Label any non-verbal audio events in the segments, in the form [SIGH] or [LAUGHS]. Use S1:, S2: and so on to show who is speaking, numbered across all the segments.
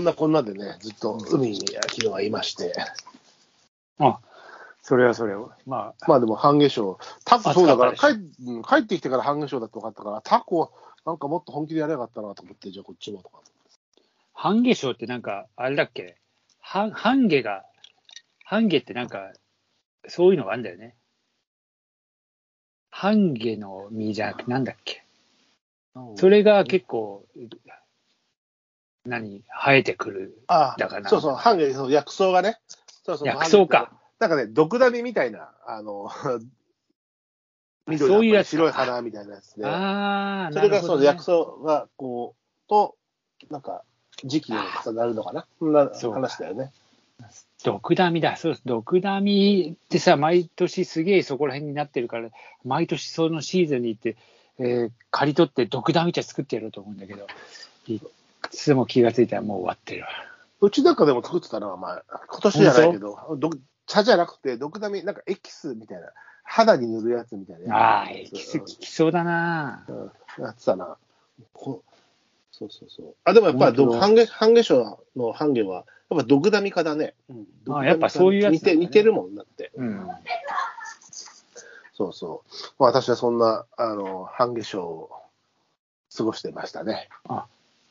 S1: んなこんなでね、ずっと海に昨日はいまして、 [LAUGHS]
S2: あ、それはそれは。まあ、
S1: まあでも半化粧、タコそうだから
S2: 暑か
S1: 帰っ、うん帰ってきてから半化粧だって分かったから、タコ、なんかもっと本気でやればよかったなと思って、じゃあこっちもとか。
S2: 半夏症ってなんか、あれだっけ半半夏が、半夏ってなんか、そういうのがあるんだよね。半夏の実じゃなくて、なんだっけそれが結構、何、生えてくる。
S1: あ
S2: だから
S1: そうそう、半化そう薬草がね、そうそう
S2: 薬草か。
S1: なんかね、毒ダミみたいな、あの、緑
S2: そういう
S1: の
S2: やつか
S1: 白い花みたいなやつで、
S2: ああ、
S1: そ
S2: な
S1: れ
S2: る
S1: がそ
S2: ほ
S1: う
S2: ど、ね
S1: 薬。草がこう、と、なんか、時期に重なるのかな、そんな
S2: そう
S1: 話だよね。
S2: 毒ダミだ。そうです。毒ダミってさ、毎年すげえそこら辺になってるから、毎年そのシーズンに行って、えー刈り取って毒ダミ茶作ってやろうと思うんだけど、いつも気がついたらもう終わってるわ。
S1: うちなんかでも作ってたな、前。今年じゃないけど、ど茶じゃなくて、毒ダミ、なんかエキスみたいな、肌に塗るやつみたいな。
S2: ああ、エキス効きそうだな。
S1: うん、やってたな。こそうそうそう。あ、でもやっぱど、
S2: 本当だ
S1: 半夏半夏症の半夏は、やっぱ毒ダミ科だね。うん、毒ダミ科
S2: あやっぱそういうやつなん
S1: 似
S2: だね
S1: て似てるもんだって。
S2: うん。
S1: そうそう。まあ、私はそんな、あの、半夏症を過ごしてましたね。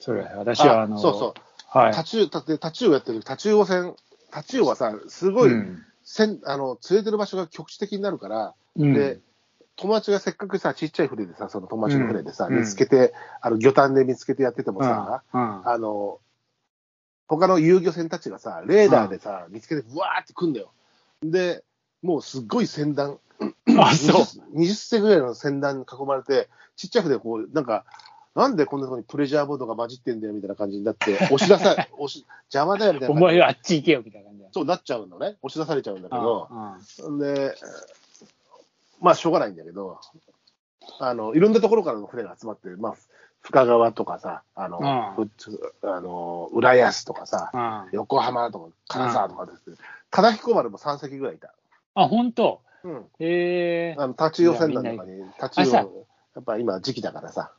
S2: それ、私はあの、
S1: そうそう。
S2: う。はい。
S1: タチウオ、タタチウオやってる時、タチウオ船、タチウオはさ、すごい、
S2: うん
S1: せんあの釣れてる場所が局地的になるから、
S2: うん
S1: で、友達がせっかくさ、ちっちゃい船でさ、その友達の船でさ、
S2: うん
S1: 見つけて、あの魚探で見つけてやっててもさ、
S2: うん
S1: あの、他の遊漁船たちがさ、レーダーでさ、見つけて、ブワーって来んだよ。で、もうすっごい船団、
S2: うん
S1: [LAUGHS]
S2: あ、そう。
S1: 20, 20隻ぐらいの船団に囲まれて、ちっちゃくて、こう、なんか、なんでこんなとこにプレジャーボードが混じってんだよみたいな感じになって、押し出さ、 [LAUGHS] 押し邪魔だよみたい
S2: お
S1: な感じ
S2: 前はあっち行けよ、みたいな感じだ。
S1: そうなっちゃうのね、押し出されちゃうんだけど、
S2: あ
S1: で、まあ、しょうがないんだけど、あの、いろんなところからの船が集まって、まあ、深川とかさ、あの、
S2: う
S1: ふあの浦安とかさ、
S2: うんうん
S1: 横浜とか、金沢とかです、ね、忠彦丸も3隻ぐらいいた。
S2: あ、本当。
S1: うん。
S2: えー、
S1: あの、立ち寄船団とかに、立ち寄
S2: 朝
S1: やっぱ今時期だからさ。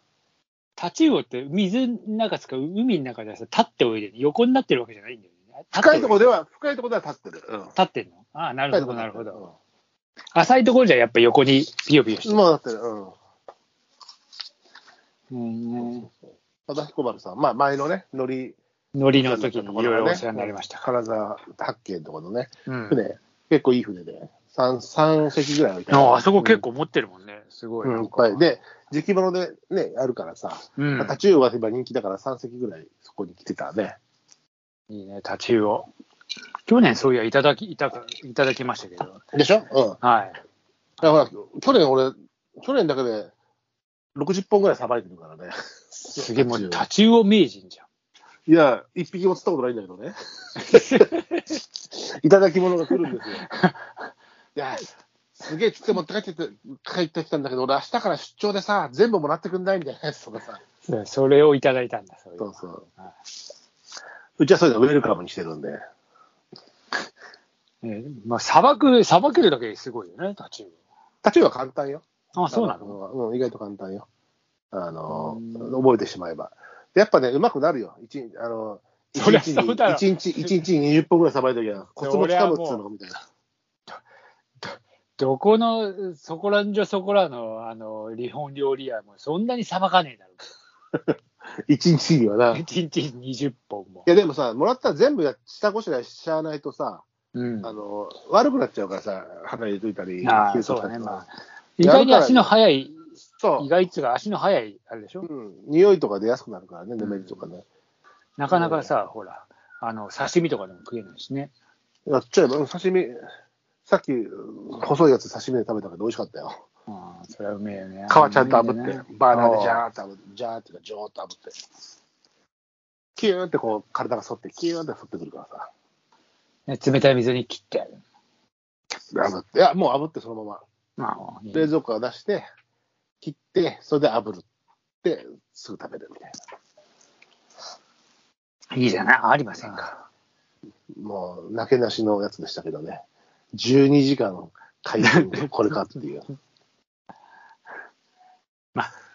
S2: タチウオって水の中使う、海の中ではさ、立って泳いでる、横になってるわけじゃないんだよね。
S1: 深いところ
S2: ろ
S1: では、深いところでは立ってる。うん。
S2: 立ってんのああ、な
S1: 深い
S2: る
S1: ところ
S2: ほど、
S1: で
S2: な
S1: は
S2: る
S1: 立
S2: ほ
S1: って
S2: ど。浅いところじゃやっぱ横にピヨピヨして
S1: うん。
S2: る。
S1: もうなってる。うん。
S2: うん
S1: 忠彦丸さん、まあ前のね、乗り、
S2: ノリの時にいろいろお世話になりましたか
S1: 金沢八景とかのね、
S2: ら。うん。
S1: 船、結構いい船で、3、三隻ぐらいはい
S2: ああそこ結
S1: 構、
S2: 構持ってるもんね。すごい。
S1: うん、いっぱい。、で、時期物でね、あるからさ、
S2: うん。
S1: タチウオが今人気だから3隻ぐらいそこに来てたね。
S2: いいね、タチウオ。去年そういや、いただき、いた、いただきましたけど。
S1: でしょうん。
S2: はい。
S1: だから、去年俺、去年だけで60本ぐらいさばいてるからね。
S2: すげえ、
S1: [LAUGHS]
S2: もうタ
S1: い
S2: チウオ名人じゃん。
S1: や、一匹も釣ったことないんだけど
S2: [LAUGHS]
S1: ね。いただき物が来るん
S2: [LAUGHS]
S1: ですよ。いや、すげえ釣って持って帰ってて、帰ってきたんだけど、俺明日から出張でさ、全部もらってくんないみたいなやつとかさ。
S2: そうそれをいただいたんだ、そういう
S1: そ
S2: の
S1: うそう
S2: は。
S1: うちはそういうのウェルカムにしてるんで。
S2: えーまあ、さばく、さばけるだけすごいよね、タチウ
S1: タチウオは簡単よ。
S2: オ。あ、そうなの
S1: のうん、意外と簡単よ。あの
S2: うん、
S1: 覚えてしまえば。でやっぱね、うまくなるよ。一日、あの、一
S2: そりゃ
S1: 日
S2: そうだ
S1: に、
S2: ろ
S1: 一日、一日に20本ぐらいさばいときは、コツもつかむっつうのみたいな。
S2: どこの、そこらんじょそこらの、あの、日本料理屋もそんなにさばかねえだろ
S1: 一日にはな。
S2: う。
S1: い
S2: 一日20本も。
S1: や、でもさ、もらったら全部や下ごしらえしちゃわないとさ、
S2: うん
S1: あ。の、悪くなっちゃうからさ、肌入れといたり、休
S2: ああ、
S1: 息
S2: そう
S1: した
S2: だ
S1: り
S2: ね、
S1: と
S2: ま
S1: か
S2: あ。意外に足の速い、
S1: そ
S2: 意外っつうか足の速い、あれでしょ、
S1: う。うん。匂いとか出やすくなるからね、眠りとかね。
S2: なかなかさ、ほら、あの、刺身とかでも食えないしね。
S1: やっちゃえば、うん刺身、さっき、細いやつ刺身で食べたけど美味しかったよ。
S2: ああ、それはうめえよね。
S1: 皮ちゃんと炙って、バーナーでジャ
S2: あ
S1: ーッと炙って、ジャーッっていうか、ジョーッと炙って、キューンってこう、体が反って、キューンって反ってくるからさ、
S2: あね冷たい水に切って。
S1: 炙って、いや、もう炙ってそのまま、
S2: まあ、いいね
S1: 冷蔵庫から出して、切って、それで炙るって、すぐ食べるみたい
S2: いいじゃない、ありませんか。
S1: な、もう、なけなしのやつでしたけどね、12時間解禁、これかって [LAUGHS] いう、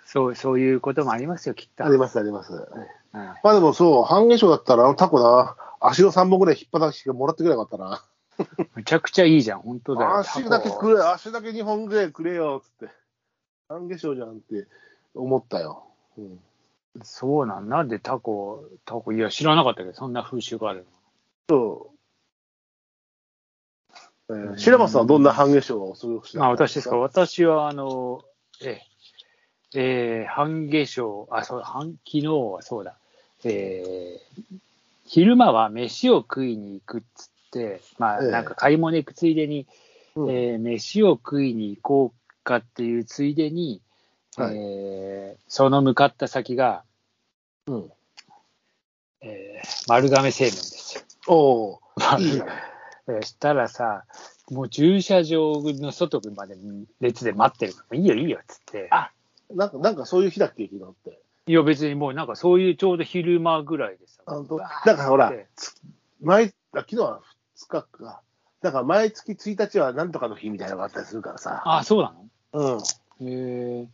S2: そう、そういうこともありますよ、きっと。
S1: あります、あります。
S2: はい
S1: まあでもそう、半化粧だったら、あのタコな、足の3本ぐらい引っ張らしかもらってくれなかったな。
S2: むちゃくちゃいいじゃん、本当だよ。
S1: 足だけ
S2: タコ
S1: くれ、足だけ2本ぐらいくれよ、つって。半化粧じゃんって思ったよ。うん、
S2: そうなんなんでタコ、タコ、いや、知らなかったけど、そんな風習がある
S1: そう。えー、白松さんはどんな半化粧をお過ごしだったんです
S2: の。あ、私ですか、私は、あの、ええ、えー、半化粧、あ、そう、半、昨日はそうだ、えー昼間は飯を食いに行くっつって、まあ、
S1: ええ
S2: なんか買い物行くついでに、
S1: うん
S2: えー飯を食いに行こうかっていうついでに、
S1: はい
S2: えーその向かった先が、
S1: うん。
S2: えー丸亀製麺ですよ。
S1: おー、いいね。
S2: えーしたらさ、もう駐車場の外まで列で待ってるから、いいよいいよっつって。
S1: あなんか、なんかそういう日だっけ、昨日って。
S2: いや別にもうなんかそういうちょうど昼間ぐらいでさ。
S1: あの
S2: わー
S1: なんかほら
S2: って、
S1: 毎、あ昨日は2日か。だから毎月1日はなんとかの日みたいなのがあったりするからさ。
S2: あ、そうなの
S1: うん。
S2: へえ。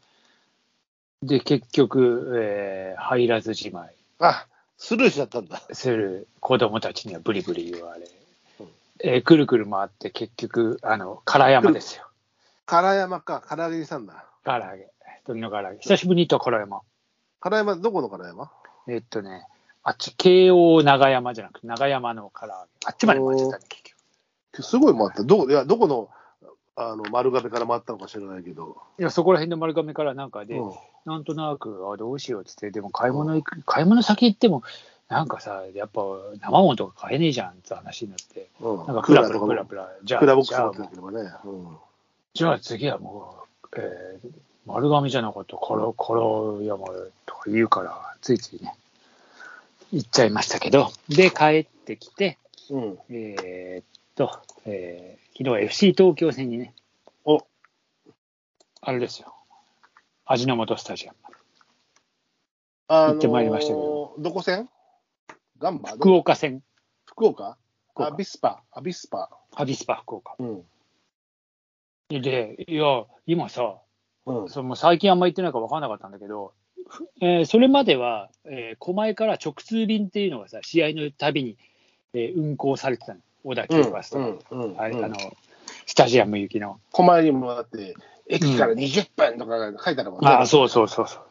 S2: で、結局、えー入らずじまい
S1: あ、スルーしちゃったんだ。
S2: する子供たちにはブリブリ言われ
S1: うん、
S2: えーくるくる回って結局、あの、唐山ですよ。
S1: 唐山か、唐揚げにしたんだ。
S2: 唐揚げ。鶏の唐揚げ。久しぶりに行った唐山。
S1: 唐山、どこの唐山
S2: えっとね、あっち、慶応長山じゃなくて、長山の唐揚げ。あっちまで回っちゃったね、結局。
S1: すごい回った。どこ、いや、どこの、あの、丸亀から回ったのか知らないけど。
S2: いや、そこら辺の丸亀からなんかで、
S1: うん
S2: なんとなく、あ、どうしようっつって、でも買い物行く、買い物先行っても、なんかさ、やっぱ生物とか買えねえじゃんって話になって、
S1: うん。
S2: なんかプラプ
S1: ク
S2: ラ
S1: ー
S2: プ
S1: ラーとか
S2: ラ
S1: も
S2: プラ、じゃ
S1: クーラーボッ
S2: あ、
S1: ク
S2: じ
S1: ス
S2: ゃ
S1: 持
S2: あ
S1: ってなければね。うん。
S2: じゃあ次はもう、えー丸亀じゃなかった、コロコロ山とか言うから、ついついね、行っちゃいましたけど、で、帰ってきて、
S1: うん。
S2: えーっと、えー昨日 FC 東京戦にね、
S1: お、
S2: あれですよ、味の素スタジアム。
S1: あのー
S2: 行ってまいりましたけど。
S1: どこ線ガンバ
S2: 福岡戦、
S1: 福岡
S2: 福岡
S1: アビスパ。アビスパ。
S2: アビスパ福岡。
S1: うん。
S2: で、いや、今さ、
S1: うん。
S2: その最近あんま行ってないから分かんなかったんだけど、えーそれまでは、えー狛江から直通便っていうのがさ、試合のたびに、えー運行されてたの、小田急バスとか、
S1: うん
S2: あれ
S1: うん
S2: あのスタジアム行きの。
S1: 狛江にもだって、駅から20分とかが書いてあるもんね。
S2: ああ、そうそうそうそう。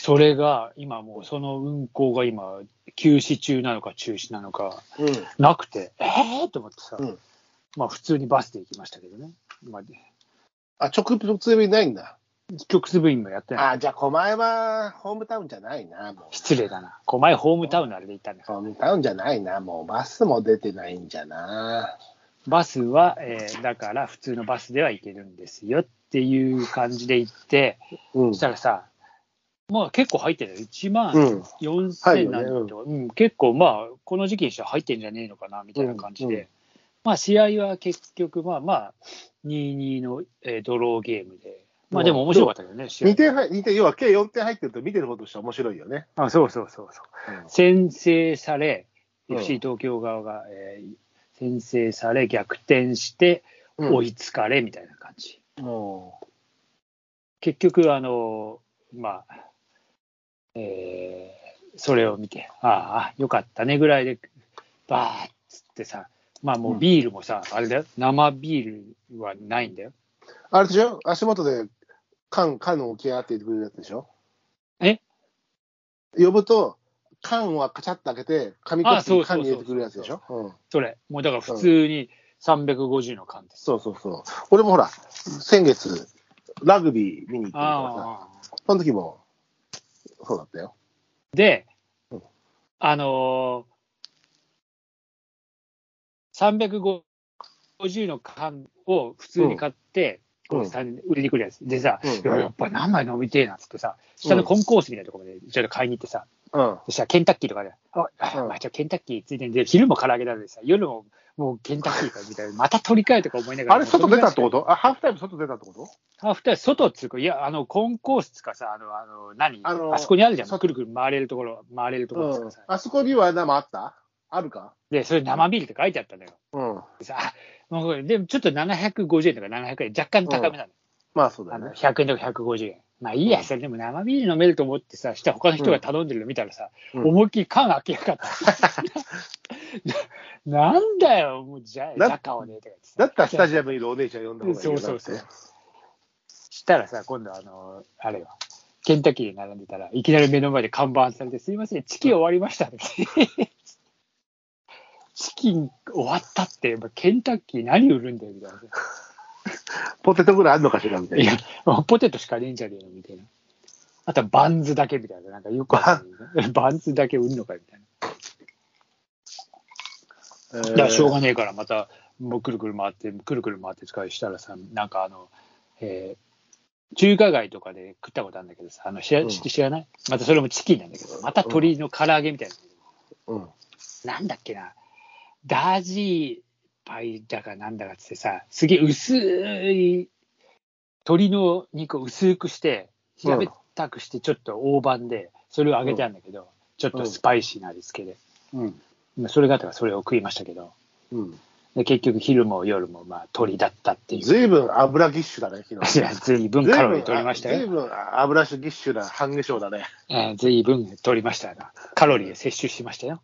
S2: それが、今もう、その運行が今、休止中なのか中止なのか、
S1: うん。
S2: なくて、えーと思ってさ、
S1: うん
S2: まあ、普通にバスで行きましたけどね、まあ、
S1: あ、直通便ないんだ。
S2: 直通便もやってない。
S1: あ、じゃあ狛江はホームタウンじゃないな、もう。
S2: 失礼だな。こう前ホームタウンのあれで行ったんだか
S1: ホームタウンじゃないな、もう。バスも出てないんじゃな。
S2: ら。バスは、えーだから普通のバスでは行けるんですよっていう感じで行って、
S1: うん
S2: そしたらさ、まあ結構入ってるよ。1万
S1: うん
S2: 4000なんとか、うん結構まあこの時期にしては入ってんじゃねえのかなみたいな感じで、
S1: うんうん
S2: まあ試合は結局まあまあ2-2の、えードローゲームで、まあでも面白かったけどね、試合
S1: 2点入、二点、要は計4点入ってると見てる方としては面白いよね。
S2: あそうそうそうそう。先制され、
S1: うん
S2: FC 東京側が、えー先制され、逆転して、
S1: うん
S2: 追いつかれみたいな感じ。
S1: も
S2: 結局、あのまあ、えーそれを見て、ああ、よかったねぐらいで、バーッつってさ、まあもうビールもさ、あれだよ、生ビールはないんだよ。
S1: う、あれでしょ足元で、缶、缶の置き合って言ってくれるやつでしょ
S2: え
S1: 呼ぶと、缶はカチャッと開けて、紙コ
S2: あ
S1: ップ
S2: そ
S1: に
S2: うそうそう
S1: 缶に入れてくれるやつでしょうん
S2: それ、もうだから普通に350の缶です。
S1: そうそうそう。俺もほら、先月、ラグビー見に行ってるからさ、
S2: ああ。
S1: その時も、そうだったよ。
S2: で
S1: うん、
S2: あのー、350の缶を普通に買って、
S1: うん
S2: こうさ売りに来るやつでさ、
S1: うん
S2: いややっぱ何枚飲みてえなっつってさ、下のコンコースみたいなところまでちょっと買いに行ってさ、
S1: うん。
S2: そしたらケンタッキーとかで、あ、あ
S1: うん
S2: まあ、じゃあケンタッキーついでにで、昼も唐揚げだのでさ、夜ももうケンタッキーかみたいな、また取り替えとか思いながら。
S1: あれ、外出たって
S2: と
S1: ことあ、ハーフタイム外出たってこと
S2: ハーフタイム外っつうか、いや、あの、コンコースっつうかさ、あの、あの何あ
S1: あの
S2: そこにあるじゃん。
S1: 外
S2: くるくる回れるところ、回れるところっつうかさ。
S1: あそこには生あったあるか
S2: で、それ生ビールって書いてあったのよ。
S1: うん。
S2: もうこれでもちょっと750円とか700円、若干高めなの、
S1: まあそうだ
S2: あ
S1: よね
S2: の。100円とか150円。まあいいや、それでも生ビール飲めると思ってさ、したら他の人が頼んでるの見たらさ、
S1: うん
S2: 思いっきり缶開けやがった。 [LAUGHS] ななんだよ、もうじゃあ、
S1: な
S2: 中をね、とか言ってさ
S1: だったらスタジアムにいるお姉ちゃん呼んだ方がいいよ
S2: そうそうそう。したらさ、今度あの、あれよ、ケンタッキーで並んでたらいきなり目の前で看板されて、すいません、チキン終わりましたって。 [LAUGHS] チキン終わったって、ケンタッキー何売るんだよ、みたいな。
S1: ポテトぐらいあんのかしらみたい
S2: い
S1: な。
S2: や、ポテトしかねえんじゃねえのみたいな。あとはバンズだけみたいな。なんかよくある、 [LAUGHS] バンズだけ売るのかみたいな。
S1: え
S2: だからしょう
S1: ー
S2: がねえから、また、もうくるくる回って、くるくる回って使いしたらさ、なんかあの、えー中華街とかで食ったことあるんだけどさ、あの知ら
S1: うん
S2: 知らないまたそれもチキンなんだけど、また鶏の唐揚げみたいな。
S1: うん
S2: なんだっけな、ダージーパイだかなんだかっつってさ、すげえ薄い鶏の肉を薄くして、平べったくして、ちょっと大判で、それを揚げてあるんだけど、ちょっとスパイシーな味付けで、
S1: うん
S2: まあそれがあったからそれを食いましたけど、
S1: うん
S2: で結局、昼も夜もまあ鶏だったっていう。
S1: ずいぶん油ぎっしゅだね、昨日。
S2: いや随分カロリー取りました
S1: ずい
S2: よ。
S1: ぶん油ぎっしゅな半化粧だね。
S2: えー随分取りましたよ。カロリー摂取しましたよ。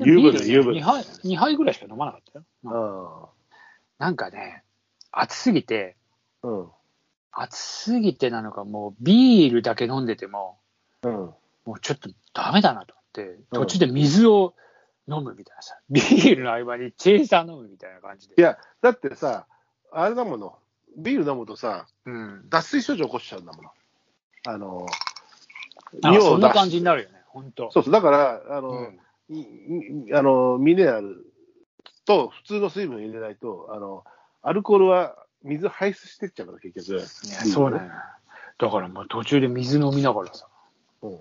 S1: 油分だ、油
S2: 2
S1: 分。
S2: 杯 ,2 杯ぐらいしか飲まなかったよ。
S1: う
S2: なんかね、暑すぎて、
S1: ん。うん。
S2: 暑すぎてなのか、もうビールだけ飲んでても、
S1: うん。
S2: もうちょっとダメだなと思って、途中で水を飲むみたいなさ、 [LAUGHS] ビールの合間にチェイサー飲むみたいな感じで。
S1: いや、だってさ、あれだもの、ビール飲むとさ、
S2: うん。
S1: 脱水症状起こしちゃうんだもの。あの、
S2: なんかそんな感
S1: じ。
S2: じになるよね、本当。
S1: そうそう、だから、あ
S2: う
S1: の、
S2: ん
S1: いいあのミネラルと普通の水分入れないと、あのアルコールは水排出してっちゃうから、結局。
S2: いやそうなんや。だからもう途中で水飲みながらさ、
S1: うん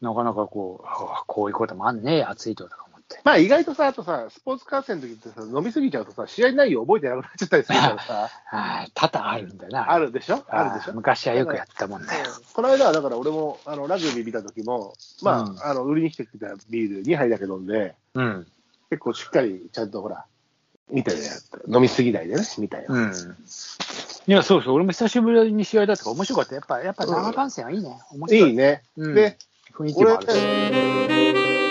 S2: なかなかこう、ああこういうこともあんねえ、暑いととか思って。
S1: まあ意外とさ、あとさ、スポーツ観戦の時ってさ、飲みすぎちゃうとさ、試合内容覚えてなくなっちゃったりするから
S2: [LAUGHS]
S1: さ、
S2: ああ、多々あるんだよな。
S1: あるでしょあるでし
S2: ああ
S1: ょ
S2: 昔はよくやったもんだよ。
S1: この間はだから俺もあのラグビー見た時も、まあ、
S2: うん
S1: あの売りに来てきたビール2杯だけ飲んで、
S2: うん。
S1: 結構しっかりちゃんとほら、見たよね。飲みすぎないでね、みたいな。
S2: うんいや、そうそう、俺も久しぶりに試合だったから面白かった。やっぱ、やっぱ生観戦はいいね。面白い。
S1: いいね。
S2: うん
S1: で、
S2: 雰囲気も
S1: 俺
S2: あるし。